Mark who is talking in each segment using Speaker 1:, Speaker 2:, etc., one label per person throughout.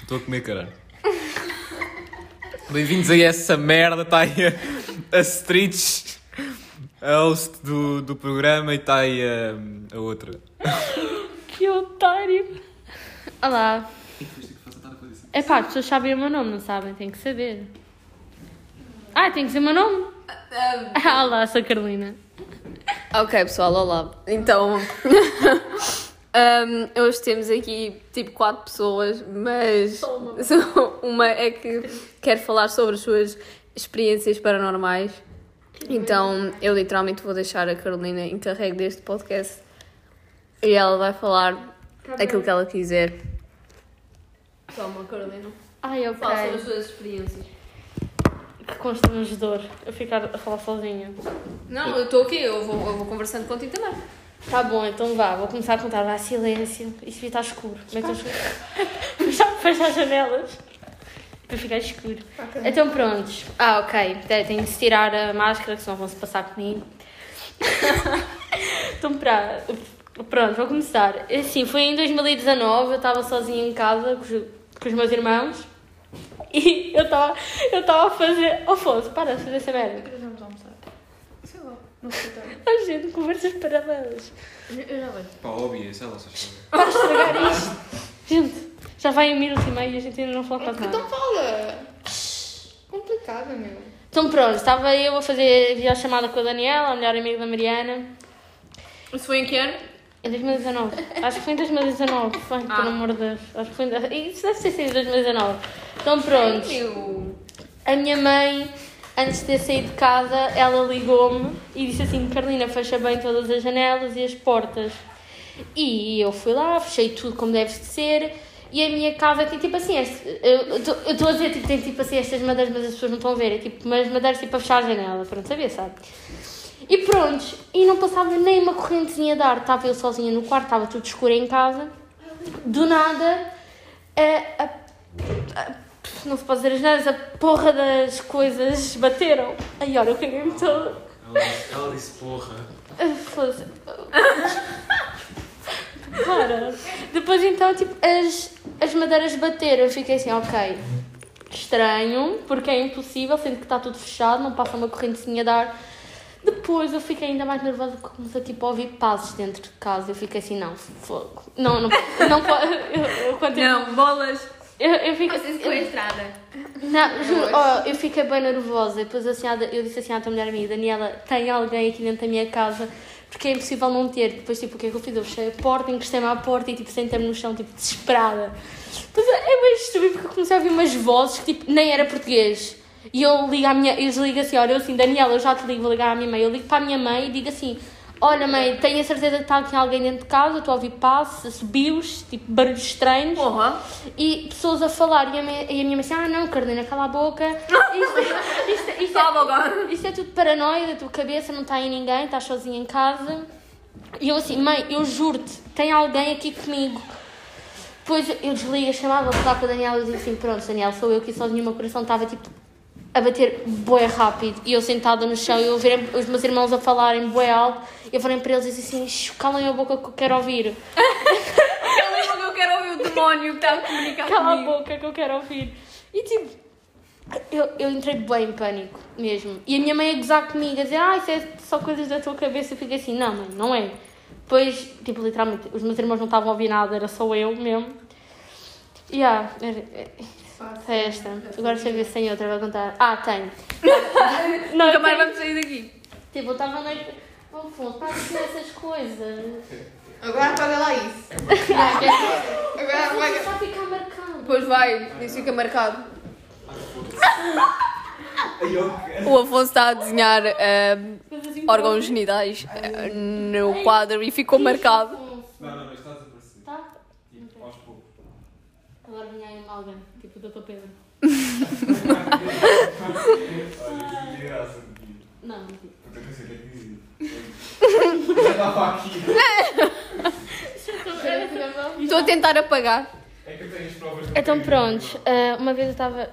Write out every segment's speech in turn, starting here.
Speaker 1: Estou a comer, caralho. Bem-vindos a essa merda, está aí a, a Stritch, a host do, do programa, e está aí a, a outra.
Speaker 2: Que otário. Olá. É pá, as pessoas sabem o meu nome, não sabem? Tem que saber. Ah, tem que dizer o meu nome? Ah, olá, sou a Carolina.
Speaker 3: Ok, pessoal, olá. Então, hum, hoje temos aqui tipo quatro pessoas, mas só uma. é que quer falar sobre as suas experiências paranormais. Então, eu literalmente vou deixar a Carolina encarregue deste podcast e ela vai falar aquilo que ela quiser. Toma, Carolina.
Speaker 2: Ai, ok.
Speaker 3: suas experiências.
Speaker 2: Que constrangedor. Eu ficar a falar sozinha.
Speaker 3: Não, eu estou aqui, eu vou, eu vou conversando contigo também.
Speaker 2: Tá bom, então vá, vou começar a contar. Vá, silêncio. Isso devia estar escuro. é Mete as... Fecha, fecha as janelas. Para ficar escuro. Então prontos. Ah, ok. Te- Tenho que tirar a máscara, que senão vão-se passar comigo. então pra... pronto, vou começar. Assim, foi em 2019, eu estava sozinha em casa com os, com os meus irmãos. E eu estava eu tava a fazer. Afonso, para de fazer essa merda.
Speaker 4: Depois vamos almoçar. Sei lá, no escritório.
Speaker 2: A gente conversas paralelas.
Speaker 4: Eu já vejo.
Speaker 1: Pá, óbvio, isso é lá, vocês
Speaker 2: Para estragar isto. Gente, já vai em minuto e meio e a gente ainda não falou quase nada.
Speaker 4: Então fala! Complicada, meu.
Speaker 2: Então pronto, estava eu a fazer videochamada com a Daniela, a melhor amiga da Mariana.
Speaker 3: Isso foi em que ano?
Speaker 2: Em 2019. Acho que foi em 2019. Foi, pelo amor de Deus. Acho que foi em... Isso deve ter sido em 2019. Então pronto.
Speaker 3: Eu...
Speaker 2: A minha mãe, antes de ter saído de casa, ela ligou-me e disse assim: Carolina, fecha bem todas as janelas e as portas. E eu fui lá, fechei tudo como deve ser. E a minha casa tem tipo assim, este, eu estou a dizer, tipo, tem tipo assim estas madeiras, mas as pessoas não estão a ver. É tipo umas madeiras tipo para fechar a janela, para não saber, sabe? E pronto, e não passava nem uma correntezinha de ar, estava eu sozinha no quarto, estava tudo escuro em casa. Do nada, a- a não se pode dizer as neiras, a porra das coisas bateram. Ai, olha, eu caguei-me toda.
Speaker 1: Ela disse porra.
Speaker 2: Ah, Foda-se. Para. Depois então, tipo, as, as madeiras bateram. Eu fiquei assim, ok. Estranho, porque é impossível, sendo que está tudo fechado, não passa uma correntezinha de ar. Depois eu fiquei ainda mais nervosa porque comecei tipo, a ouvir passos dentro de casa. Eu fiquei assim, não, fogo. Não, não, não pode. Eu, eu, quando eu,
Speaker 3: Não, bolas.
Speaker 2: eu, eu fico-
Speaker 3: estrada.
Speaker 2: Não, juro, ó, eu fiquei bem nervosa. E Depois assim, à- eu disse assim à tua mulher amiga, Daniela, tem alguém aqui dentro da minha casa, porque é impossível não ter. Depois, tipo, o que é que eu fiz? Eu fechei a porta, encostei-me à porta e, tipo, sentei-me no chão, tipo, desesperada. Mas é meio estúpido porque eu comecei a ouvir umas vozes que, tipo, nem era português. E eu ligo à minha, eu desligo assim, olha, eu assim, Daniela, eu já te ligo, vou ligar à minha mãe. Eu ligo para a minha mãe e digo assim, olha mãe, tenho a certeza que está aqui alguém dentro de casa, eu estou a ouvir passos, subios, tipo, barulhos estranhos
Speaker 3: Porra.
Speaker 2: e pessoas a falar e a minha, e a minha mãe assim, ah não, Carolina, cala a boca,
Speaker 3: Ah.
Speaker 2: isto, isto- isto
Speaker 3: Cala a boca.
Speaker 2: é, isto é tudo paranoia da tua cabeça, não está aí ninguém, estás sozinha em casa. E eu assim, mãe, eu juro-te, tem alguém aqui comigo. Depois eu desligo a chamada, vou falar com a Daniela e digo assim, pronto, Daniela, sou eu aqui sozinha, o meu coração estava tipo a bater bué rápido e eu sentada no chão e eu ouvir os meus irmãos a falarem bué alto, eu falei para eles e disse assim, "Shh, calem a boca que eu quero ouvir.
Speaker 3: Calma, eu quero ouvir o demónio que está a comunicar
Speaker 2: Cala a
Speaker 3: comigo.
Speaker 2: boca que eu quero ouvir. E tipo, eu, eu entrei bem em pânico mesmo. E a minha mãe a gozar comigo, a dizer, ah, isso é só coisas da tua cabeça. Eu fiquei assim, não, mãe, não é. Depois, tipo, literalmente, os meus irmãos não estavam a ouvir nada, era só eu mesmo. E yeah, era- é- é esta. Agora deixa eu ver se tem outra, vou contar. Ah, tenho. não,
Speaker 3: Nunca
Speaker 2: eu
Speaker 3: mais
Speaker 2: tenho.
Speaker 3: vamos sair daqui.
Speaker 2: Tipo, eu estava na. Oh, Afonso, para de dizer essas coisas.
Speaker 4: Agora faz lá isso.
Speaker 3: Ah,
Speaker 4: Agora
Speaker 2: Afonso,
Speaker 4: vai.
Speaker 2: só fica marcado.
Speaker 3: Depois vai, isso fica marcado. O Afonso está a desenhar ahm, órgãos genitais ah, no quadro e ficou marcado.
Speaker 2: Afonso.
Speaker 1: Não, não, não, está a desaparecer.
Speaker 2: Tá?
Speaker 1: Tipo, aos poucos.
Speaker 2: Agora vinha aí alguém, tipo o Dr. Pedro.
Speaker 1: Olha, que graça, menino.
Speaker 2: Não,
Speaker 1: Porque eu não sei o que é que dizia. Eu estava aqui.
Speaker 3: Estou a tentar apagar.
Speaker 1: É que eu tenho as provas do
Speaker 2: Então
Speaker 1: caído.
Speaker 2: pronto, ah, uma vez eu estava.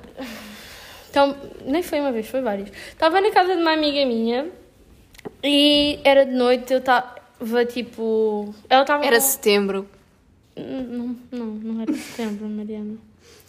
Speaker 2: Então, nem foi uma vez, foi várias. Estava na casa de uma amiga minha e era de noite, eu estava tipo. Ela estava.
Speaker 3: Era setembro.
Speaker 2: Não, não, não era de setembro, Mariana.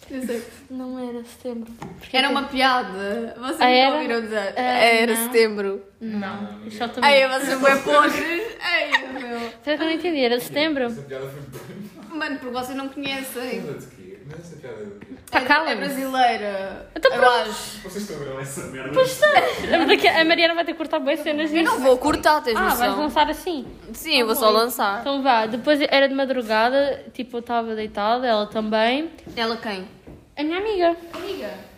Speaker 5: Eu sei.
Speaker 2: Não era setembro. Porque
Speaker 5: Era uma piada. Vocês
Speaker 2: Ah,
Speaker 5: não
Speaker 2: era?
Speaker 5: ouviram dizer.
Speaker 2: Ah,
Speaker 3: Eh, Era
Speaker 2: não.
Speaker 3: setembro.
Speaker 2: Não. Só também.
Speaker 5: Ei, vocês bem podres. Ei, meu.
Speaker 2: Será que eu não entendi? Era setembro?
Speaker 1: Essa piada foi boa.
Speaker 5: Mano, porque vocês não conhecem.
Speaker 1: Mas de quê? Mas essa piada é do quê?
Speaker 3: Tá
Speaker 2: Pá,
Speaker 5: É-
Speaker 2: calem-se.
Speaker 5: É brasileira.
Speaker 2: Então
Speaker 5: eu
Speaker 2: pronto.
Speaker 5: acho.
Speaker 1: Vocês souberam essa merda?
Speaker 2: Daqui- A Mariana vai ter que cortar boas cenas
Speaker 3: Eu não vou cortar, tens
Speaker 2: Ah, vais
Speaker 3: noção?
Speaker 2: lançar assim?
Speaker 3: Sim, eu vou só lançar.
Speaker 2: Então vá, depois era de madrugada, tipo, eu estava deitada, ela também.
Speaker 3: Ela quem?
Speaker 2: A minha amiga.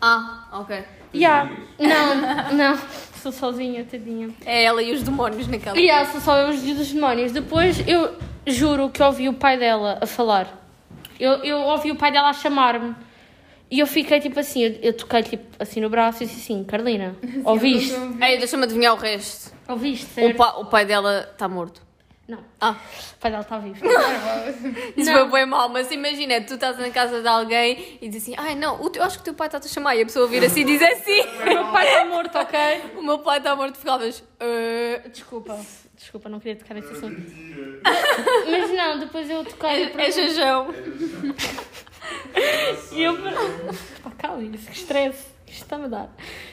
Speaker 3: Ah, ok.
Speaker 2: Ya. Não, não. Sou sozinha, tadinha.
Speaker 3: É ela e os demónios naquela.
Speaker 2: E ela só só eu os dias dos demónios. Depois eu juro que ouvi o pai dela a falar. Eu, eu ouvi o pai dela a chamar-me. E eu fiquei tipo assim, eu, eu toquei tipo assim no braço e disse assim, Carolina, ouviste?
Speaker 3: Ei, deixa-me adivinhar o resto.
Speaker 2: Ouviste, certo?
Speaker 3: O, pa- o pai dela está morto.
Speaker 2: Não,
Speaker 3: Ah,
Speaker 2: o pai dela está vivo.
Speaker 3: isso
Speaker 2: Não.
Speaker 3: foi bem mal, mas imagina, tu estás na casa de alguém e diz assim: Ai não, o teu- eu acho que o teu pai está-te a chamar. E a pessoa vira assim e diz assim:
Speaker 2: O meu pai está morto, ok?
Speaker 3: O meu pai está morto. Ficavas. "Ah,
Speaker 2: Desculpa, desculpa, não queria tocar nesse assunto. Mas não, depois eu toquei
Speaker 3: É Jajão.
Speaker 2: E eu perguntei. Pá, calma-se, que estresse. Isto está-me a dar.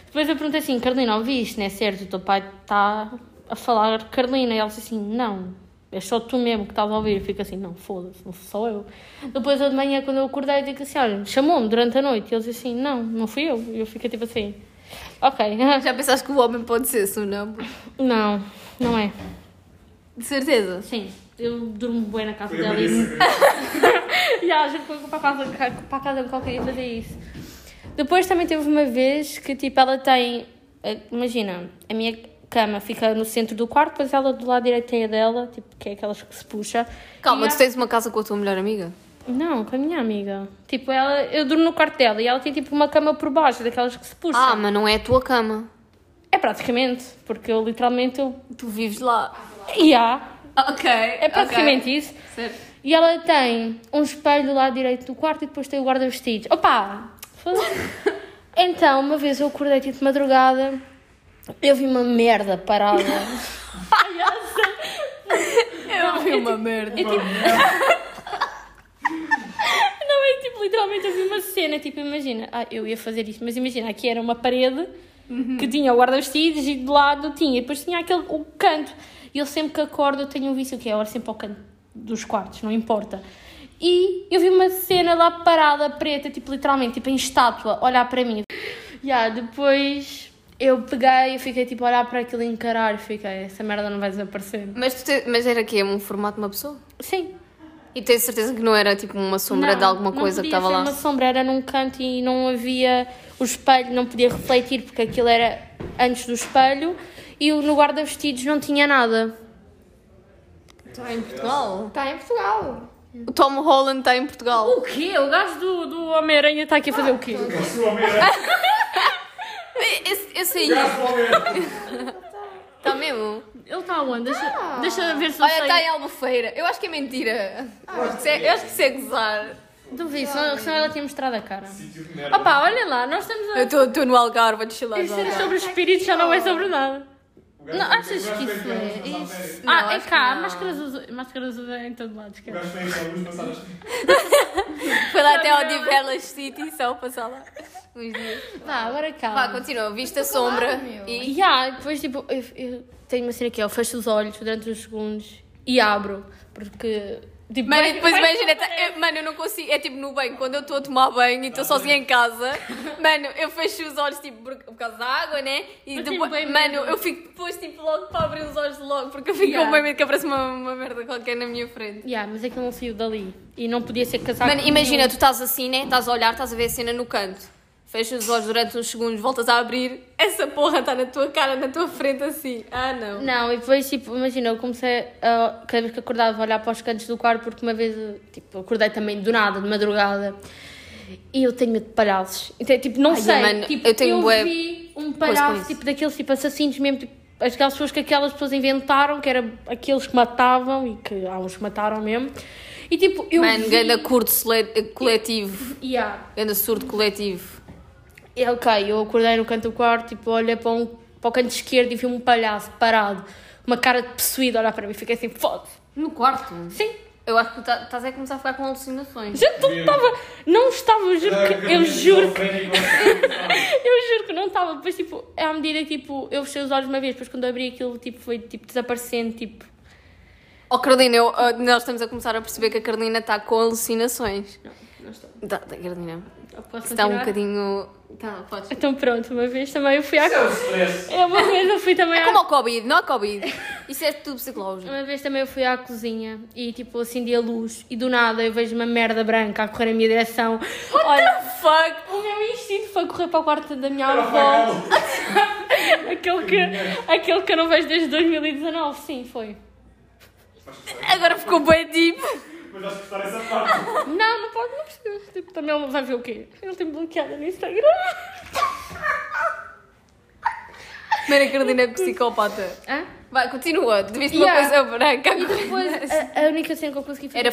Speaker 2: Depois eu perguntei assim: Carolina, ouviste, não é certo? O teu pai está a falar Carolina. E ela disse assim: Não, é só tu mesmo que estás a ouvir. Eu fico assim: Não, foda-se, não sou só eu. Depois eu de manhã, quando eu acordei, digo assim: Olha, chamou-me durante a noite. E ele disse assim: Não, não fui eu. E eu fico tipo assim: Ok,
Speaker 3: Já pensaste que o homem pode ser sonâmbulo?
Speaker 2: não, não é.
Speaker 3: De certeza.
Speaker 2: Sim, eu durmo bem na casa dela e E ela já ficou para a casa, para a casa de qualquer dia fazer isso. Depois também teve uma vez que, tipo, ela tem... eh, Imagina, a minha cama fica no centro do quarto, depois ela do lado direito tem a dela, tipo, que é aquelas que se puxa.
Speaker 3: Calma,
Speaker 2: E
Speaker 3: tu
Speaker 2: a-
Speaker 3: tens uma casa com a tua melhor amiga?
Speaker 2: Não, com a minha amiga. Tipo, ela... Eu durmo no quarto dela e ela tem, tipo, uma cama por baixo, daquelas que se puxa.
Speaker 3: Ah, mas não é a tua cama.
Speaker 2: É praticamente, porque eu literalmente... Eu...
Speaker 3: Tu vives lá.
Speaker 2: E há...
Speaker 5: Ok.
Speaker 2: É praticamente isso.
Speaker 5: Certo.
Speaker 2: E ela tem um espelho do lado direito do quarto e depois tem o guarda-vestidos. Opa! Foda-se. Então, uma vez eu acordei tipo de madrugada, eu vi uma merda parada.
Speaker 3: Eu vi uma merda.
Speaker 2: Não, é tipo, literalmente eu vi uma cena, tipo, imagina, ah, eu ia fazer isto, mas imagina, aqui era uma parede que tinha o guarda-vestidos e de lado tinha, e depois tinha aquele o canto. E eu sempre que acordo eu tenho um vício que é olho sempre ao canto dos quartos, não importa. E eu vi uma cena lá parada, preta, tipo, literalmente, tipo, em estátua, olhar para mim. E depois eu peguei e fiquei tipo a olhar para aquilo e encarar, e fiquei, essa merda não vai desaparecer.
Speaker 3: Mas, tu te- mas era que é um formato de uma pessoa?
Speaker 2: Sim,
Speaker 3: E tens certeza que não era tipo uma sombra
Speaker 2: Não,
Speaker 3: de alguma
Speaker 2: não
Speaker 3: coisa que
Speaker 2: podia
Speaker 3: estava
Speaker 2: ser
Speaker 3: lá?
Speaker 2: uma sombra, era num canto e não havia o espelho, não podia refletir porque aquilo era antes do espelho e o- no guarda-vestidos não tinha nada.
Speaker 5: Está em Portugal?
Speaker 6: Tá
Speaker 4: Está em Portugal.
Speaker 3: O Tom Holland está em Portugal.
Speaker 2: O quê? O gajo do, do Homem-Aranha está aqui a fazer o quê?
Speaker 3: Esse, esse aí.
Speaker 1: é
Speaker 3: Está mesmo?
Speaker 2: Ele está onde? Deixa, deixa ver se eu
Speaker 3: Ah. Olha,
Speaker 2: sei.
Speaker 3: tá está em Albufeira. Eu acho que é mentira. Eu acho que se- eu acho que isso é gozar.
Speaker 2: Então vi, senão, senão ela tinha mostrado a cara. Opa, olha lá, nós estamos a...
Speaker 3: Eu estou no Algarve, vou deschilar.
Speaker 2: Isso é sobre espíritos, já não é sobre nada. Não, achas que isso é? Isso-
Speaker 3: Não,
Speaker 2: Ah, é
Speaker 3: acho que
Speaker 2: cá,
Speaker 3: não.
Speaker 2: máscaras azuis máscaras azuis é em todo lado, esquece.
Speaker 3: Foi lá até ao
Speaker 2: Não, não.
Speaker 3: Diverlas City só passar lá uns dias.
Speaker 2: Vá, agora calma.
Speaker 3: Vá, é continua. Viste a sombra e.
Speaker 2: E há, depois tipo, eu, eu tenho uma cena que é, eu fecho os olhos durante uns segundos e abro, porque... Tipo,
Speaker 3: Mano,
Speaker 2: vai-
Speaker 3: e depois
Speaker 2: vai-
Speaker 3: imagina, tá- eu- mano, eu não consigo, é tipo no banho, quando eu estou a tomar banho e estou sozinha em casa, mano, eu fecho os olhos tipo por, por causa da água, né? E
Speaker 2: Mas
Speaker 3: depois,
Speaker 2: tem bem
Speaker 3: mano,
Speaker 2: medo.
Speaker 3: eu fico depois tipo logo para abrir os olhos logo, porque eu fico
Speaker 2: Yeah.
Speaker 3: com bem medo que apareça uma, uma merda qualquer na minha frente.
Speaker 2: Yeah, mas é que ele não saiu dali e não podia ser casado
Speaker 3: Mano, imagina, tu estás assim, né? Estás a olhar, estás a ver a cena no canto, fechas os olhos durante uns segundos, voltas a abrir, essa porra está na tua cara, na tua frente assim. Ah, não.
Speaker 2: Não, e depois, tipo, imagina, eu comecei a, cada vez que acordava a olhar para os cantos do quarto, porque uma vez, tipo, eu acordei também do nada, de madrugada, e eu tenho medo de palhaços. Então, tipo, não
Speaker 3: Ai,
Speaker 2: sei,
Speaker 3: mano,
Speaker 2: tipo,
Speaker 3: eu tenho bué
Speaker 2: vi um
Speaker 3: com
Speaker 2: palhaço,
Speaker 3: isso.
Speaker 2: tipo, daqueles, tipo, assassinos mesmo, tipo, aquelas pessoas que aquelas pessoas inventaram, que eram aqueles que matavam, e que há uns que mataram mesmo, e tipo, eu
Speaker 3: Mano,
Speaker 2: vi...
Speaker 3: ganda curto sele- coletivo,
Speaker 2: Yeah.
Speaker 3: ganda surdo coletivo.
Speaker 2: É ok, eu acordei no canto do quarto, tipo, olhei para, um, para o canto esquerdo e vi um palhaço parado, uma cara de possuído a olhar para mim, fiquei assim, foda
Speaker 3: No quarto?
Speaker 2: Sim,
Speaker 3: Eu acho que tu tá- estás a começar a ficar com alucinações.
Speaker 2: Gente, não estava. Não estava, eu
Speaker 1: Ah,
Speaker 2: juro Ah, que. Eu juro que. Eu juro que não estava. Depois, tipo, à medida que tipo, eu fechei os olhos uma vez, depois quando eu abri aquilo, tipo, foi tipo, desaparecendo, tipo.
Speaker 3: Oh, Carolina, eu, ah, nós estamos a começar a perceber que a Carolina está com alucinações.
Speaker 2: Não, não estou.
Speaker 3: Tá, tá, Carolina.
Speaker 2: Posso
Speaker 3: Está
Speaker 2: continuar?
Speaker 3: um bocadinho. Tá, podes.
Speaker 2: Então pronto, uma vez também eu fui à.
Speaker 1: É o stress.
Speaker 2: Eu uma vez eu fui também
Speaker 3: É
Speaker 2: à.
Speaker 3: como o Covid, não é Covid. Isso é tudo psicológico.
Speaker 2: Uma vez também eu fui à cozinha e tipo acendi a luz e do nada eu vejo uma merda branca a correr na minha direção. Olha,
Speaker 3: Fuck!
Speaker 2: o meu instinto foi correr para o quarto da minha avó. Aquele que, aquele que eu não vejo desde 2019, sim, foi.
Speaker 3: Agora ficou tipo. bem deep.
Speaker 1: Mas vais cortar essa parte.
Speaker 2: Não, não pode, não precisa. Tipo, também ele vai ver o quê? Ele tem bloqueado no Instagram.
Speaker 3: Primeira Carolina é psicopata.
Speaker 2: Hã?
Speaker 3: Vai, continua. Deviste
Speaker 2: Yeah.
Speaker 3: uma coisa branca.
Speaker 2: Depois, eh, a, a única cena que eu consegui fazer
Speaker 3: Era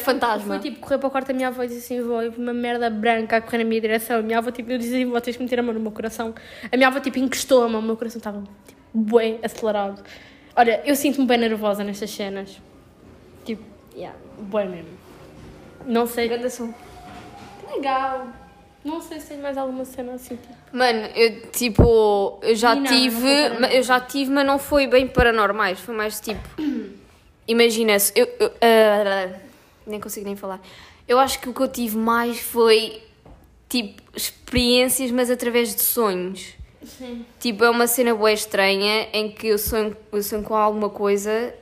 Speaker 2: foi
Speaker 3: fantasma.
Speaker 2: tipo correr para o quarto da minha avó e dizer assim: vó, eu vi uma merda branca a correr na minha direção. A minha avó, tipo, eu dizia: vó, tens que meter a mão no meu coração. A minha avó, tipo, encostou a mão, o meu coração estava, tipo, bué acelerado. Olha, eu sinto-me bem nervosa nestas cenas. Tipo, yeah, bué mesmo. Não sei.
Speaker 3: Grande som.
Speaker 2: Legal. Não sei se tem mais alguma cena assim, tipo.
Speaker 3: Mano, eu tipo, eu já
Speaker 2: E não, não
Speaker 3: tive,
Speaker 2: foi paranormal.
Speaker 3: ma- eu já tive, mas não foi bem paranormais, foi mais tipo, imagina-se, eu, eu, ah, nem consigo nem falar. Eu acho que o que eu tive mais foi tipo experiências, mas através de sonhos.
Speaker 2: Sim.
Speaker 3: Tipo, é uma cena boa estranha em que eu sonho, eu sonho com alguma coisa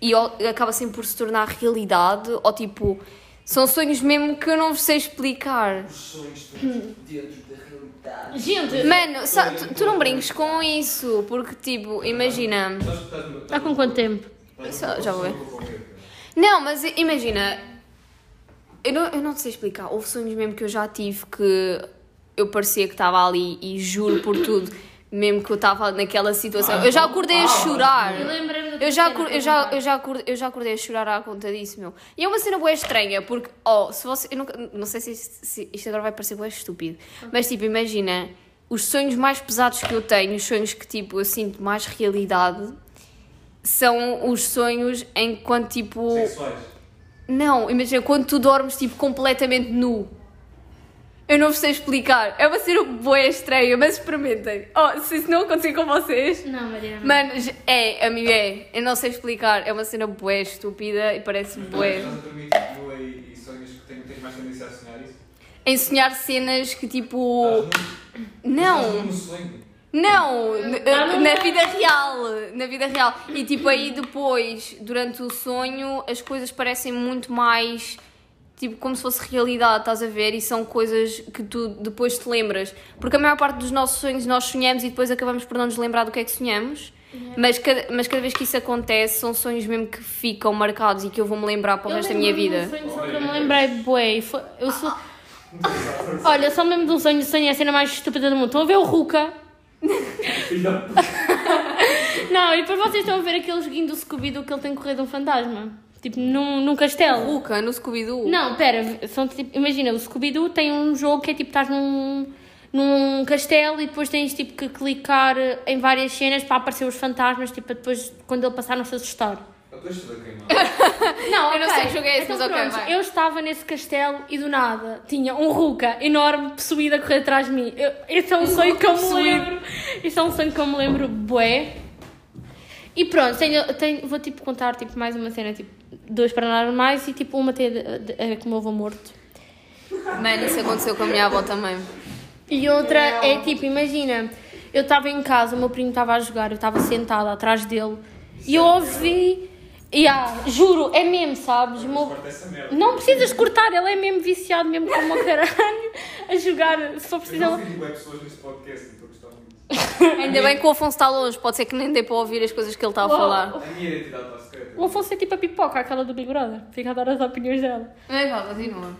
Speaker 3: e ó- acaba sempre por se tornar realidade, ou tipo, são sonhos mesmo que eu não vos sei explicar.
Speaker 7: Os sonhos estão dentro da realidade.
Speaker 2: Gente,
Speaker 3: Mano, sa- tu, tu não brinques com isso, porque tipo, imagina.
Speaker 2: há com quanto tempo?
Speaker 3: Só- já vou ver. Não, mas i- imagina. Eu não, eu não sei explicar. Houve sonhos mesmo que eu já tive que eu parecia que estava ali e juro por tudo, mesmo que eu estava naquela situação. Eu já acordei a chorar.
Speaker 2: lembrei-me
Speaker 3: Eu já, acor- eu, já, eu, já acordei, eu já acordei a chorar à conta disso, meu. E é uma cena boa estranha, porque, oh, se você. Eu nunca- não sei se isto, se isto agora vai parecer boa estúpido, mas tipo, imagina, os sonhos mais pesados que eu tenho, os sonhos que tipo, eu sinto mais realidade, são os sonhos enquanto tipo.
Speaker 1: Sexuais.
Speaker 3: Não, imagina, quando tu dormes tipo completamente nu. Eu não vos sei explicar. É uma cena boa estranha, mas experimentem. Oh, se isso não acontecer com vocês.
Speaker 2: Não, Mariana.
Speaker 3: Mano, é, a mim é. Eu não sei explicar. É uma cena bué estúpida e parece bué.
Speaker 1: Estás a dormir tipo e, e sonhos que tens, tens mais tendência a sonhar isso?
Speaker 3: Ensinar cenas que tipo.
Speaker 1: Estás num-
Speaker 3: Não,
Speaker 1: num sonho.
Speaker 3: não, n- na vida real. Na vida real. E tipo, aí depois, durante o sonho, as coisas parecem muito mais. Tipo, como se fosse realidade, estás a ver? E são coisas que tu depois te lembras. Porque a maior parte dos nossos sonhos nós sonhamos e depois acabamos por não nos lembrar do que é que sonhamos. Mas, cada, mas cada vez que isso acontece, são sonhos mesmo que ficam marcados e que eu vou-me lembrar para o resto da é minha vida.
Speaker 2: Eu lembro-me de um sonho, só que eu me lembrei, bué. e foi- Eu sou... Olha, só mesmo de um sonho, sonho é a cena mais estúpida do mundo. Estão a ver o Ruka? Não, e depois vocês estão a ver aquele joguinho do Scooby-Doo que ele tem corrido um fantasma. Tipo, num, num castelo.
Speaker 3: Luca, no Scooby-Doo.
Speaker 2: Não, pera, são tipo, imagina, o Scooby-Doo tem um jogo que é tipo, estás num, num castelo e depois tens tipo que clicar em várias cenas para aparecer os fantasmas, tipo, para depois, quando ele passar, não se assustar.
Speaker 1: Eu estou a estudar queimado.
Speaker 2: Não,
Speaker 3: Eu não
Speaker 2: ok.
Speaker 3: sei que jogo é esse,
Speaker 2: Então
Speaker 3: mas ok,
Speaker 2: pronto,
Speaker 3: vai.
Speaker 2: Eu estava nesse castelo e do nada tinha um ruca enorme possuído a correr atrás de mim. Eu, esse é um, sonho que eu me lembro. Esse é um sonho que eu me lembro, bué. E pronto, tenho, tenho- vou tipo contar tipo, mais uma cena, tipo, dois paranormais e tipo uma tem a de- a- a que o meu avô morto.
Speaker 3: Mano, isso aconteceu com a minha avó também.
Speaker 2: E outra é tipo, imagina, eu estava em casa, o meu primo estava a jogar, eu estava sentada atrás dele e eu ouvi. Yeah, juro, é mesmo, sabes? O meu-
Speaker 1: Corta essa merda.
Speaker 2: Não precisas cortar, ele é mesmo viciado, mesmo como o caralho, a jogar, se for
Speaker 1: Eu
Speaker 2: preciso.
Speaker 1: não
Speaker 2: ele-
Speaker 1: ouvi web pessoas nesse podcast, então gostava muito.
Speaker 3: Ainda bem que o Afonso está longe, pode ser que nem dê para ouvir as coisas que ele está a
Speaker 2: Uau.
Speaker 3: falar.
Speaker 1: A minha identidade está secreta.
Speaker 2: O Afonso é tipo a pipoca, aquela do Big Brother, fica a dar as opiniões dela.
Speaker 3: Mas vá, continua.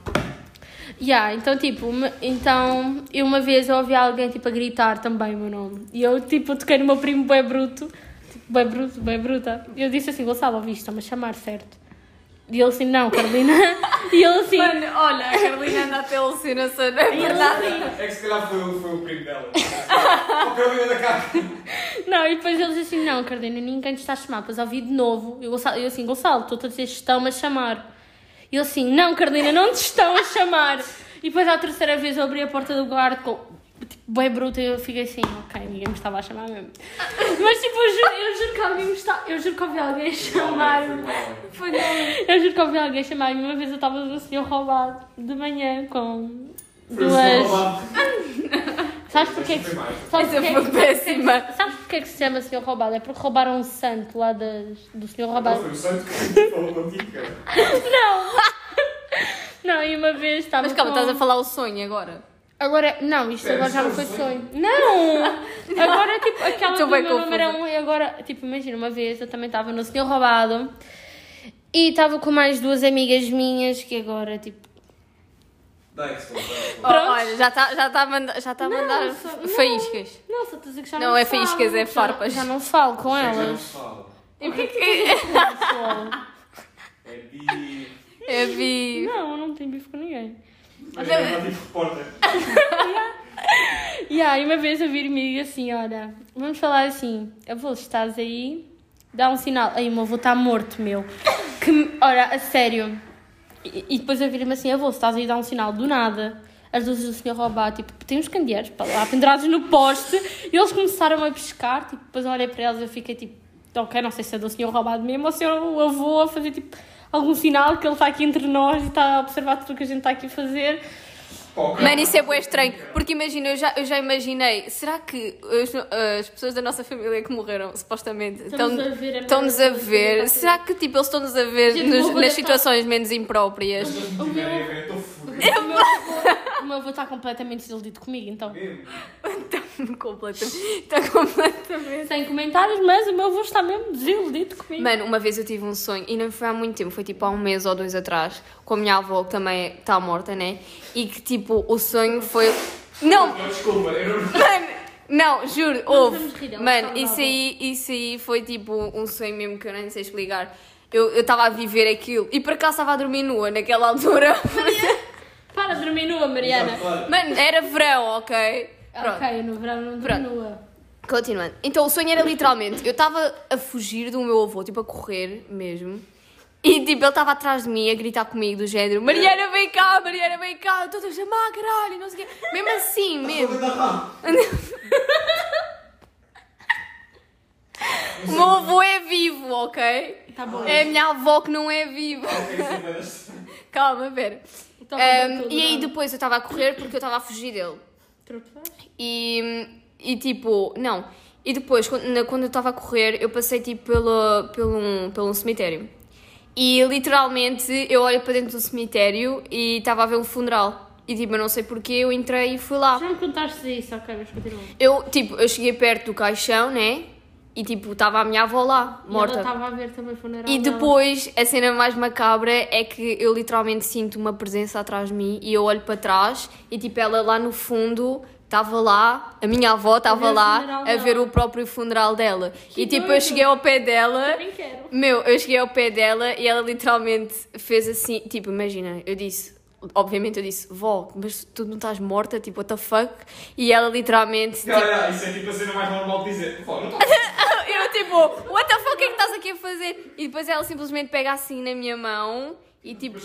Speaker 2: Yeah, então tipo, uma- então, eu uma vez eu ouvi alguém tipo a gritar também o meu nome, e eu tipo, eu toquei no meu primo bué bruto, tipo, bué bruto, bué bruta, e eu disse assim, Gonçalo, ouviste, estão-me a chamar, certo? E ele assim, não, Carolina, e ele assim...
Speaker 3: Mano, olha, a Carolina anda até alucinação, não é
Speaker 2: e ele
Speaker 3: verdade?
Speaker 2: assim,
Speaker 1: É que se calhar foi, o- foi o primo dela. o Carolina da Cá.
Speaker 2: Não, e depois eles assim, não, Carolina, ninguém te está a chamar. Depois ouvi de novo. Eu, Gonçalo, eu assim, Gonçalo, estou a dizer, estão-me a chamar. E ele assim, não, Carolina, não te estão a chamar. E depois, à terceira vez, eu abri a porta do guarda com... Tipo, bem bruta, e eu fiquei assim, ok, ninguém me estava a chamar mesmo. Mas tipo, eu juro, eu juro que alguém me está. Eu juro que ouvi alguém chamar-me. Foi Eu juro que ouvi alguém chamar-me. Uma vez eu estava no senhor roubado de manhã com duas. Sabes porquê que. Sabes
Speaker 3: Essa
Speaker 2: porquê
Speaker 3: foi
Speaker 2: que-
Speaker 3: péssima.
Speaker 2: Sabes porquê que se chama senhor roubado? É porque roubaram um santo lá das, do senhor roubado.
Speaker 8: Foi o santo que falou contigo, cara.
Speaker 2: Não! Não, e uma vez estava.
Speaker 3: Mas calma,
Speaker 2: com-
Speaker 3: estás a falar o sonho agora.
Speaker 2: Agora, não, isto agora já não foi sonho. Não! Agora, tipo, aquela
Speaker 3: Estou
Speaker 2: do
Speaker 3: bem
Speaker 2: meu
Speaker 3: confusa.
Speaker 2: número e agora, tipo, imagina, uma vez eu também estava no Senhor Roubado e estava com mais duas amigas minhas que agora, tipo,
Speaker 7: Dá isso,
Speaker 3: Oh, olha, já está já tá a mandar, já tá a mandar
Speaker 2: só-
Speaker 3: fa-
Speaker 2: não.
Speaker 3: faíscas.
Speaker 2: nossa, estou a dizer que já
Speaker 3: Não
Speaker 2: não
Speaker 3: é
Speaker 2: falo,
Speaker 3: faíscas, é
Speaker 2: já-
Speaker 3: farpas.
Speaker 2: Já, não falo com elas.
Speaker 3: E porquê?
Speaker 2: Pessoal.
Speaker 8: É bi.
Speaker 3: É bi.
Speaker 2: Não, não tenho bife com ninguém.
Speaker 8: Mas é tipo repórter.
Speaker 2: E aí, uma vez eu vi-me e digo assim: olha, vamos falar assim, avô, estás aí, dá um sinal. Aí, meu avô está morto, meu. Que, me- ora, a sério. E, e depois eu vi-me assim: avô, estás aí, dá um sinal, do nada. As luzes do senhor roubar, tipo, tem uns candeeiros para lá, pendurados no poste, e eles começaram a pescar, tipo, depois eu olhei para eles e eu fiquei tipo, ok, não sei se é do senhor roubado mesmo ou se é o avô a fazer tipo algum sinal que ele está aqui entre nós e está a observar tudo o que a gente está aqui a fazer.
Speaker 3: Mano, isso é bué estranho, porque imagina, eu já, eu já imaginei, será que as, as pessoas da nossa família que morreram, supostamente,
Speaker 2: Estamos
Speaker 3: estão-
Speaker 2: a ver a
Speaker 3: estão-nos a
Speaker 2: cara da
Speaker 3: ver?
Speaker 2: família.
Speaker 3: Será que, tipo, eles estão-nos a ver
Speaker 2: Gente,
Speaker 3: nos-
Speaker 2: o meu avô
Speaker 3: nas
Speaker 2: deve
Speaker 3: situações menos impróprias?
Speaker 8: Se tiverem a ver, estou fodido.
Speaker 2: O meu avô- O meu avô está completamente desiludido comigo, então.
Speaker 3: completamente. Tá Está completamente...
Speaker 2: Sem comentários, mas o meu avô está mesmo desiludido comigo.
Speaker 3: Mano, uma vez eu tive um sonho, e não foi há muito tempo, foi tipo há um mês ou dois atrás, com a minha avó, que também está morta, né? E que tipo, o sonho foi. Não!
Speaker 8: Mas Desculpa, eu não.
Speaker 3: Mano! Não, juro, houve.
Speaker 2: vamos rir, ela
Speaker 3: Mano,
Speaker 2: está
Speaker 3: isso
Speaker 2: brava.
Speaker 3: aí, isso aí foi tipo um sonho mesmo que eu nem sei explicar. Eu eu estava a viver aquilo e por acaso estava a dormir nua naquela altura.
Speaker 2: Para de dormir nua, Mariana.
Speaker 3: Mano, era verão, ok? Pronto.
Speaker 2: Ok, no verão não
Speaker 3: Pronto.
Speaker 2: dormi nua.
Speaker 3: Continuando. Então, o sonho era literalmente, eu estava a fugir do meu avô, tipo, a correr mesmo. E, tipo, ele estava atrás de mim a gritar comigo do género Mariana, vem cá, Mariana, vem cá, eu estou-te a chamar, caralho, não sei o quê. Mesmo assim, mesmo. o meu avô é vivo, ok?
Speaker 2: Tá bom.
Speaker 3: É a minha avó que não é viva. Calma, pera.
Speaker 2: Então,
Speaker 3: Ahm,
Speaker 2: tudo,
Speaker 3: Ehm, e aí
Speaker 2: não.
Speaker 3: depois eu estava a correr porque eu estava a fugir dele. E, e tipo, não. E depois, quando, na- quando eu estava a correr, eu passei tipo pelo, pelo, um, pelo um cemitério. E literalmente eu olho para dentro do cemitério e estava a ver um funeral. E tipo, eu não sei porquê, eu entrei e fui lá.
Speaker 2: Já me contaste isso, ok, mas continua.
Speaker 3: Eu, tipo, eu cheguei perto do caixão, né? E tipo, estava a minha avó lá,
Speaker 2: E
Speaker 3: morta.
Speaker 2: ela estava a ver também o funeral.
Speaker 3: E
Speaker 2: dela.
Speaker 3: depois, a cena mais macabra é que eu literalmente sinto uma presença atrás de mim e eu olho para trás e tipo ela lá no fundo estava lá, a minha avó
Speaker 2: ver
Speaker 3: estava
Speaker 2: o
Speaker 3: lá
Speaker 2: funeral
Speaker 3: a ver
Speaker 2: dela.
Speaker 3: o próprio funeral dela. e tipo eu
Speaker 2: doido.
Speaker 3: cheguei ao pé dela,
Speaker 2: Nem quero.
Speaker 3: meu, eu cheguei ao pé dela e ela literalmente fez assim, tipo, imagina, eu disse, obviamente eu disse, vó, mas tu não estás morta, tipo, what the fuck? E ela literalmente, tipo,
Speaker 8: Cara, já, isso é tipo a cena mais normal de dizer. Pô, não estou
Speaker 3: eu tipo, what the fuck, o que é que estás aqui a fazer? E depois ela simplesmente pega assim na minha mão e tipo.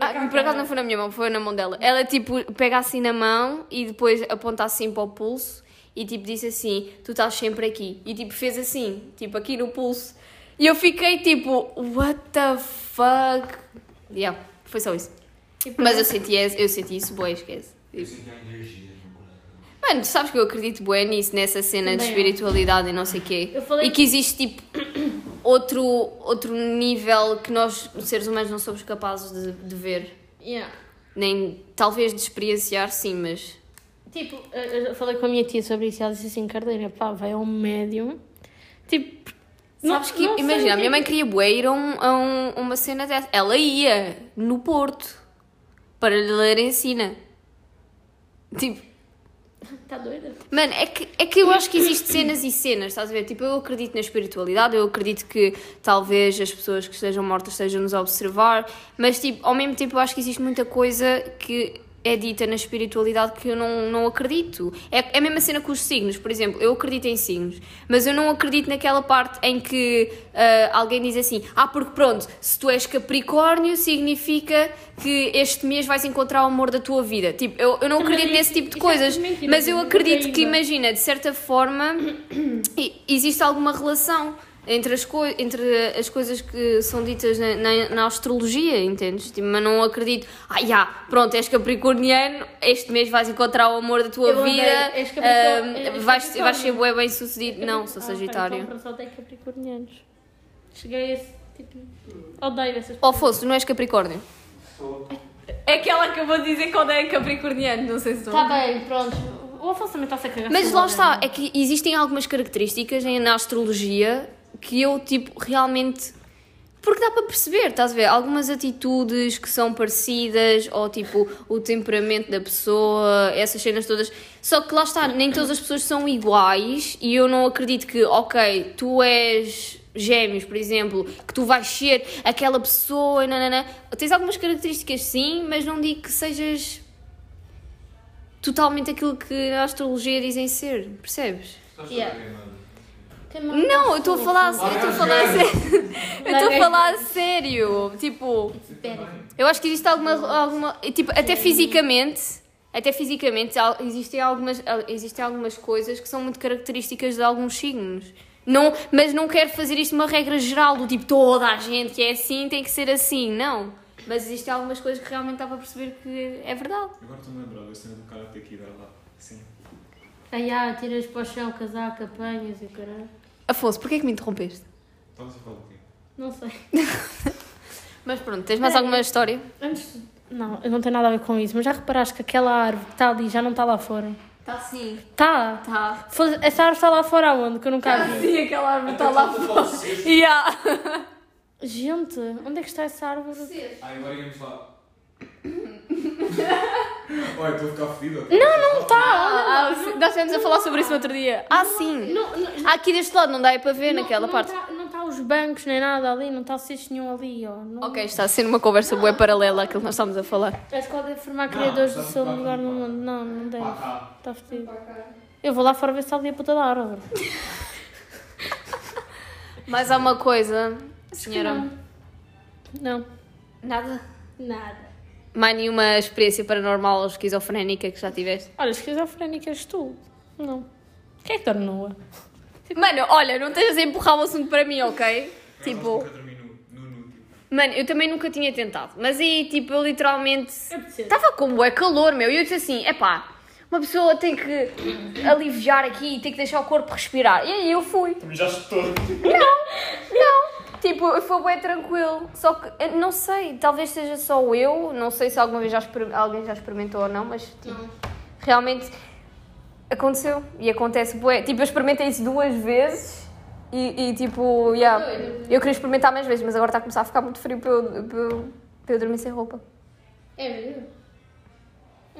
Speaker 3: Ah, por acaso não foi na minha mão, foi na mão dela. Ela tipo pega assim na mão e depois aponta assim para o pulso e tipo disse assim: Tu estás sempre aqui. E tipo fez assim, tipo aqui no pulso. E eu fiquei tipo: What the fuck? Yeah, foi só isso. Mas eu senti, eu senti isso, boa, esquece.
Speaker 7: Eu sinto a energia no coração.
Speaker 3: Mano, tu sabes que eu acredito bué nisso, nessa cena de
Speaker 2: Também eu.
Speaker 3: espiritualidade e não sei o quê.
Speaker 2: Eu falei
Speaker 3: E que existe tipo outro, outro nível que nós, seres humanos, não somos capazes de, de ver.
Speaker 2: Yeah.
Speaker 3: Nem talvez de experienciar, sim, mas.
Speaker 2: Tipo, eu eu falei com a minha tia sobre isso e ela disse assim: Cardeira, pá, vai ao médium. Tipo, não-
Speaker 3: sabes que,
Speaker 2: não sei
Speaker 3: imagina,
Speaker 2: o é
Speaker 3: a minha mãe queria bué ir a, um- a um- uma cena dessa. Ela ia no Porto para lhe ler ensina. Tipo,
Speaker 2: Tá doida?
Speaker 3: Mano, é que, é que eu acho que existem cenas e cenas, estás a ver? Tipo, eu acredito na espiritualidade, eu acredito que talvez as pessoas que estejam mortas estejam-nos a observar, mas, tipo, ao mesmo tempo eu acho que existe muita coisa que é dita na espiritualidade que eu não, não acredito. É, é a mesma cena com os signos, por exemplo, eu acredito em signos, mas eu não acredito naquela parte em que ah, alguém diz assim: ah, porque pronto, se tu és Capricórnio, significa que este mês vais encontrar o amor da tua vida. Tipo, eu, eu não
Speaker 2: Também
Speaker 3: acredito
Speaker 2: é-
Speaker 3: nesse tipo de
Speaker 2: isso é
Speaker 3: coisas,
Speaker 2: tudo mentira,
Speaker 3: mas eu
Speaker 2: tudo
Speaker 3: acredito que,
Speaker 2: caída.
Speaker 3: imagina, de certa forma, e- existe alguma relação entre as, coi- entre as coisas que são ditas na, na, na astrologia, entendes? Tipo, mas não acredito, ah, já, pronto, és capricorniano, este mês vais encontrar o amor da tua
Speaker 2: Eu andei,
Speaker 3: vida,
Speaker 2: és capricor-
Speaker 3: ah,
Speaker 2: és
Speaker 3: vais,
Speaker 2: capricórnio.
Speaker 3: vais ser bué bem sucedido. Não, sou
Speaker 2: Ah,
Speaker 3: sagitário.
Speaker 2: ok, então, pronto, odeio capricornianos. Cheguei a esse tipo. Odeio essas
Speaker 3: Ou fosse, não és capricórnio?
Speaker 8: Sou.
Speaker 3: É que ela acabou de dizer quando é capricorniano, não sei se
Speaker 2: Tá bem, pronto. O Afonso também está-se a cagar.
Speaker 3: Mas
Speaker 2: sobre
Speaker 3: lá
Speaker 2: o
Speaker 3: está,
Speaker 2: Adão.
Speaker 3: é que existem algumas características em- na astrologia que eu, tipo, realmente. Porque dá para perceber, estás a ver? Algumas atitudes que são parecidas, ou tipo, o temperamento da pessoa, essas cenas todas. Só que lá está, nem todas as pessoas são iguais e eu não acredito que, ok, tu és gêmeos, por exemplo, que tu vais ser aquela pessoa, nananã. Tens algumas características sim, mas não digo que sejas totalmente aquilo que a astrologia dizem ser, percebes?
Speaker 7: Estás
Speaker 2: Yeah.
Speaker 7: a ver, mano?
Speaker 2: Quem mais
Speaker 3: Não, eu estou a
Speaker 2: passou?
Speaker 3: falar, eu estou a falar a sério. Eu estou a falar a sério. Tipo,
Speaker 2: Espera.
Speaker 3: eu acho que existe alguma alguma, e, tipo, até fisicamente, até fisicamente al- existem algumas al- existem algumas coisas que são muito características de alguns signos. Não, mas não quero fazer isto uma regra geral do tipo toda a gente que é assim tem que ser assim, não. Mas existem algumas coisas que realmente dá para perceber que é verdade.
Speaker 8: Agora estou-me a lembrar da cena do cara ter que ir lá. Sim.
Speaker 2: Ai, ah, tiras para o chão, casaco, apanhas e o caralho.
Speaker 3: Afonso, porquê que me interrompeste?
Speaker 8: Estavas a falar do quê?
Speaker 2: Não sei.
Speaker 3: Mas pronto, tens mais alguma história?
Speaker 2: Antes. de- Não, eu não tenho nada a ver com isso, mas já reparaste que aquela árvore que está ali já não está lá fora?
Speaker 3: Está Tá sim,
Speaker 2: Está!
Speaker 3: está.
Speaker 2: Essa árvore está lá fora aonde? Que eu nunca a vi.
Speaker 3: Tá Sim, aquela árvore está lá fora. Yeah.
Speaker 2: Gente, onde é que está essa árvore?
Speaker 8: Ah, agora íamos lá. Olha, estou a ficar fedido.
Speaker 2: Não, não está!
Speaker 3: Ah, ah, sim. nós estivemos a falar sobre isso no outro dia. Ah, sim.
Speaker 2: Não, não,
Speaker 3: Ah, Aqui deste lado não dá é para ver naquela
Speaker 2: não
Speaker 3: parte.
Speaker 2: tá- não está os bancos nem nada ali, não está cesto nenhum ali. Ó. Não,
Speaker 3: Ok, está a ser uma conversa boa paralela àquilo que nós estávamos a falar.
Speaker 2: A escola de formar criadores do
Speaker 8: está
Speaker 2: seu
Speaker 8: muito
Speaker 2: lugar tá no Tá
Speaker 8: bacana.
Speaker 2: mundo. Não, não deve.
Speaker 8: Ah,
Speaker 2: Está fedido. Eu vou lá fora ver se está ali a puta da árvore.
Speaker 3: Mais alguma coisa, senhora?
Speaker 2: Não.
Speaker 3: Nada.
Speaker 2: Nada.
Speaker 3: Mais nenhuma experiência paranormal ou esquizofrénica que já tiveste?
Speaker 2: Olha, esquizofrénica és tu. Não. Quem é que tornou-a?
Speaker 3: Mano, olha, não estejas a empurrar o assunto para mim, ok? Tipo,
Speaker 8: Nunca dormi nu, nu, nu, tipo.
Speaker 3: mano, eu também nunca tinha tentado. Mas aí, tipo, eu literalmente
Speaker 2: Tá.
Speaker 3: Estava com é calor, meu. E eu disse assim: epá, uma pessoa tem que aliviar aqui e tem que deixar o corpo respirar. E aí eu fui.
Speaker 8: Já estou.
Speaker 3: Não! Tipo, foi bem tranquilo. Só que, eu não sei, talvez seja só eu. Não sei se alguma vez já exper- alguém já experimentou ou não, mas tipo, realmente aconteceu. E acontece bué. Tipo, eu experimentei isso duas vezes. E, e, tipo, yeah. eu queria experimentar mais vezes, mas agora está a começar a ficar muito frio para eu, para eu- para eu dormir sem roupa.
Speaker 2: É mesmo?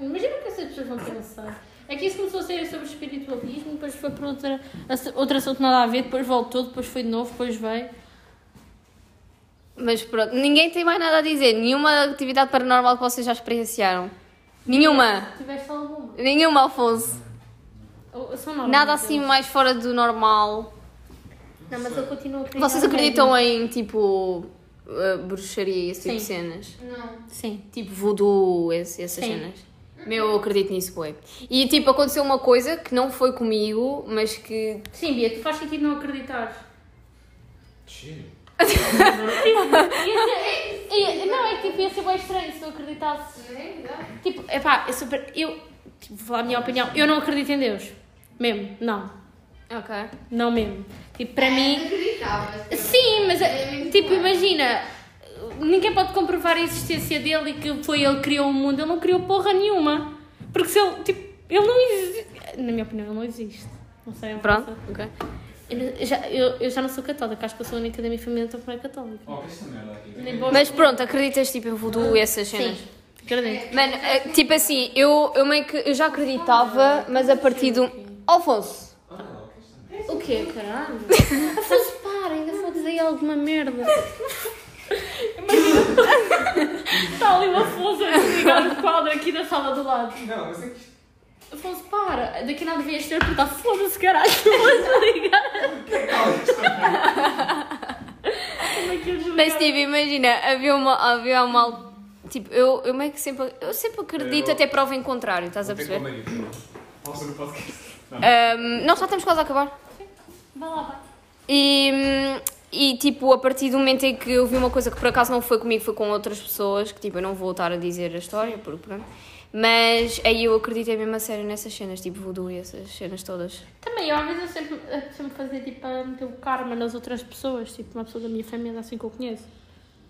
Speaker 2: Imagina o que essas pessoas vão pensar. É que isso começou a ser sobre espiritualismo, depois foi para outra, ass- outro assunto nada a ver, depois voltou, depois foi de novo, depois veio.
Speaker 3: Mas pronto, ninguém tem mais nada a dizer. Nenhuma atividade paranormal que vocês já experienciaram. Nenhuma.
Speaker 2: Tiveste alguma?
Speaker 3: Nenhuma, Alfonso.
Speaker 2: Ou- São novas,
Speaker 3: Nada
Speaker 2: não
Speaker 3: assim
Speaker 2: é?
Speaker 3: mais fora do normal.
Speaker 2: Não, mas eu continuo a acreditar.
Speaker 3: Vocês acreditam em tipo uh, bruxaria e esse tipo de
Speaker 2: Sim.
Speaker 3: cenas?
Speaker 4: Não.
Speaker 2: Sim.
Speaker 3: Tipo voodoo, esse, essas
Speaker 2: Sim.
Speaker 3: cenas? Meu, eu acredito nisso, foi. E tipo, aconteceu uma coisa que não foi comigo, mas que.
Speaker 2: Sim, Bia, tu faz sentido não acreditares.
Speaker 7: Cheio.
Speaker 2: Ia ser- ia- não, é que tipo, ia ser bem estranho se eu acreditasse. Tipo, epá, é super. Eu. Tipo, vou falar a minha opinião. Eu não acredito em Deus. Mesmo, não.
Speaker 3: Ok.
Speaker 2: Não mesmo. Tipo, para mim.
Speaker 4: Acreditavas.
Speaker 2: Sim, mas eh, tipo, imagina, ninguém pode comprovar a existência dele e que foi ele que criou o mundo. Ele não criou porra nenhuma. Porque se ele, tipo, ele não existe. Na minha opinião, ele não existe. Não sei, eu
Speaker 3: Pronto,
Speaker 2: penso-
Speaker 3: ok.
Speaker 2: Eu, não- já, eu, eu já não sou católica, acho que eu sou a única da minha família que não é católica.
Speaker 8: Oh, que esta merda aqui.
Speaker 2: Nem vou-
Speaker 3: Mas pronto, acreditas tipo em voodoo e essas cenas?
Speaker 2: Sim, acredito.
Speaker 3: Mano, é, tipo assim, eu, eu meio que eu já acreditava, mas a partir do. Alfonso!
Speaker 8: Ah,
Speaker 2: O quê, Ah, caralho? Afonso, para, ainda vou dizer alguma merda. Está Tá ali uma Afonso a desligar o quadro aqui da sala do lado.
Speaker 8: Não, mas é que isto.
Speaker 2: Afonso, para. Daqui a nada vias ter porque está foda-se, caralho. Eu vou desligar. Como é que eu desligar?
Speaker 3: Mas tipo, imagina, havia uma. Havia uma al- tipo, eu, eu meio que sempre. Eu sempre acredito
Speaker 8: Eu-
Speaker 3: até prova em contrário, estás a
Speaker 8: Tem
Speaker 3: perceber?
Speaker 8: como é isso. Pausa no podcast.
Speaker 3: Ahm, nós já estamos quase a acabar.
Speaker 2: Vai lá, vai.
Speaker 3: E, hum, e tipo, a partir do momento em que eu vi uma coisa que por acaso não foi comigo, foi com outras pessoas, que tipo, eu não vou estar a dizer a história, porque pronto. Mas aí eu acreditei mesmo a sério nessas cenas, tipo voodoo e essas cenas todas.
Speaker 2: Também, eu às vezes eu sempre, eu sempre fazia tipo a meter o karma nas outras pessoas, tipo uma pessoa da minha família assim que eu conheço.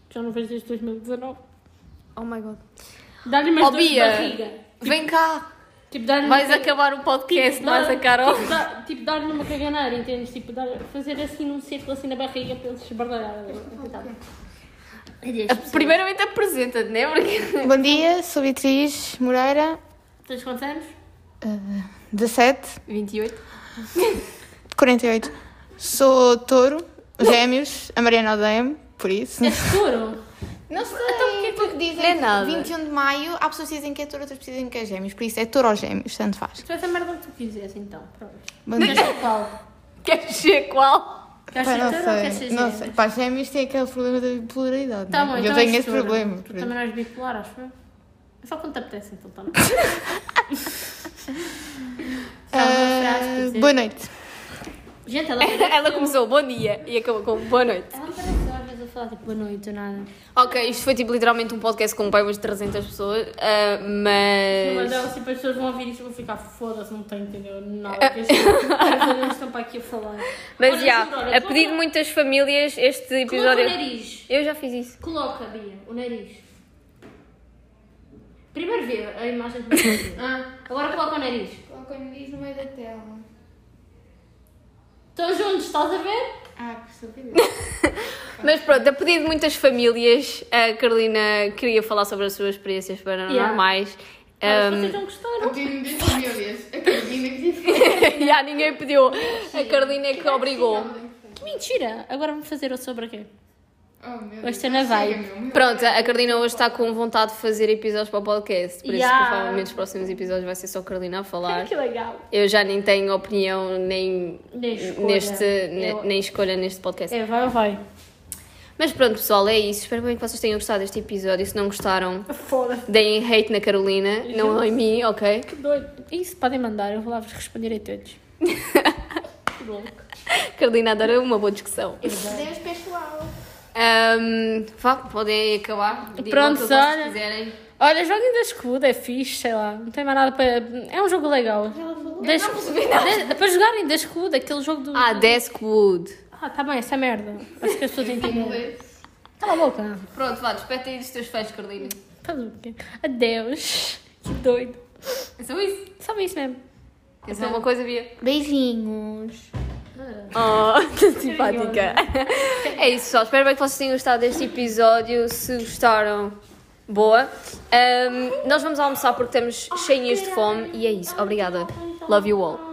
Speaker 2: Que já não vejo desde 2019.
Speaker 3: Oh my god.
Speaker 2: Dá-lhe mais
Speaker 3: Oh,
Speaker 2: dores de
Speaker 3: Bia.
Speaker 2: barriga.
Speaker 3: Vem cá!
Speaker 2: Tipo, dá-lhe
Speaker 3: Vais
Speaker 2: tipo,
Speaker 3: acabar o podcast,
Speaker 2: dá-
Speaker 3: mais a é Carol.
Speaker 2: Tipo, dá- tipo, dar-lhe uma caganeira, entendes? Tipo, dar- fazer assim num círculo assim na barriga para ele se esbardalhar. Coitado.
Speaker 3: Primeiramente apresenta-te, né? Porque.
Speaker 6: Bom dia, sou Beatriz Moreira,
Speaker 2: Tens quantos anos?
Speaker 6: 17,
Speaker 3: 28.
Speaker 6: 48. Sou touro, gêmeos, a Mariana odeia-me, por isso.
Speaker 2: É seguro?
Speaker 6: Não sei, então, porque, dizem
Speaker 3: Não é nada.
Speaker 6: 21 de maio, há pessoas que dizem que é touro, outras pessoas dizem que é gêmeos, por isso é touro ou gêmeos, tanto faz.
Speaker 2: Tu és a merda que tu quiseres, então. Pronto.
Speaker 6: Bom
Speaker 2: Queres
Speaker 6: dia.
Speaker 2: ser qual?
Speaker 3: Queres ser qual?
Speaker 2: Queres
Speaker 6: Pá,
Speaker 2: ser
Speaker 6: não
Speaker 2: touro ou queres ser
Speaker 6: sei, não
Speaker 2: gêmeos?
Speaker 6: sei. Pá, gêmeos têm aquele problema da bipolaridade,
Speaker 2: Tá
Speaker 6: né?
Speaker 2: bom,
Speaker 6: eu
Speaker 2: então
Speaker 6: tenho
Speaker 2: és
Speaker 6: esse
Speaker 2: touro.
Speaker 6: problema.
Speaker 2: Tu
Speaker 6: por isso.
Speaker 2: também não és bipolar, acho eu. É só quando te apetece, então tá bom. Sabe uma frase que
Speaker 6: Ah,
Speaker 2: dizer-
Speaker 6: boa noite.
Speaker 2: Gente, ela parece,
Speaker 3: Ela começou bom dia e acabou com boa noite.
Speaker 2: ela parece às vezes a falar tipo boa noite ou nada.
Speaker 3: Ok, isto foi tipo literalmente um podcast com pai umas 300 pessoas, ah,
Speaker 2: Eu
Speaker 3: mas.
Speaker 2: mandava tipo, as pessoas vão ouvir isto e vão ficar foda-se, não tem entendeu nada. Que as pessoas estão para aqui a falar.
Speaker 3: Mas
Speaker 2: Olha,
Speaker 3: já,
Speaker 2: Aurora,
Speaker 3: a pedido de muitas famílias, este
Speaker 2: Coloca
Speaker 3: episódio.
Speaker 2: é o nariz.
Speaker 3: Eu já fiz isso.
Speaker 2: Coloca, Bia, o nariz. Primeiro vê a imagem do nariz. ah, agora coloca o nariz.
Speaker 4: Coloca o nariz no meio da tela.
Speaker 2: Estão juntos, estás a ver?
Speaker 4: Ah, que sabido.
Speaker 3: Mas pronto, a pedido de muitas famílias, a Carolina queria falar sobre as suas experiências paranormais.
Speaker 2: Mas
Speaker 3: Um,
Speaker 2: vocês não gostaram.
Speaker 4: Eu tenho de famílias. A Carolina que disse.
Speaker 3: já ninguém pediu. A Carolina é que obrigou.
Speaker 2: Que mentira! Agora vamos fazer o sobre quê?
Speaker 4: Oh, meu
Speaker 2: Hoje
Speaker 4: Deus.
Speaker 2: está na vibe.
Speaker 4: Chega, meu.
Speaker 3: Pronto, a Carolina hoje está com vontade de fazer episódios para o podcast, por isso
Speaker 2: Yeah.
Speaker 3: provavelmente os próximos episódios vai ser só a Carolina a falar.
Speaker 2: Que legal!
Speaker 3: Eu já nem tenho opinião nem,
Speaker 2: Nem escolha.
Speaker 3: neste ne-
Speaker 2: Eu-
Speaker 3: nem escolha neste podcast.
Speaker 2: É, vai ou vai?
Speaker 3: Mas pronto, pessoal, é isso. Espero bem que vocês tenham gostado deste episódio. Se não gostaram,
Speaker 2: Foda-se,
Speaker 3: deem hate na Carolina, não em mim, ok?
Speaker 2: que doido. Isso, podem mandar, eu vou lá vos responder a todos. que louco.
Speaker 3: Carolina adora uma boa discussão.
Speaker 4: Deus, pessoal.
Speaker 3: Ahm, vá, podem acabar. Digam
Speaker 2: Pronto,
Speaker 3: o que vocês
Speaker 2: olha.
Speaker 3: quiserem.
Speaker 2: Olha, joguem da escudo, é fixe, sei lá, não tem mais nada para. É um jogo legal. Das... De- Para jogarem da escudo, aquele jogo do.
Speaker 3: Ah, Deskwood.
Speaker 2: Ah, tá bem, essa merda. Acho que as pessoas entendem. Cala a boca.
Speaker 3: Pronto, vá, despeta aí dos teus fãs, Carolina.
Speaker 2: Faz o quê? Adeus. Que doido.
Speaker 3: É só isso.
Speaker 2: Só isso mesmo.
Speaker 3: É só uma coisa, Bia.
Speaker 6: Beijinhos.
Speaker 3: Oh, simpática. É isso, pessoal. Espero bem que vocês tenham gostado deste episódio. Se gostaram, boa. Um, Ah, Ahm, nós vamos almoçar porque estamos cheinhos de fome. E é isso. Obrigada. Love you all.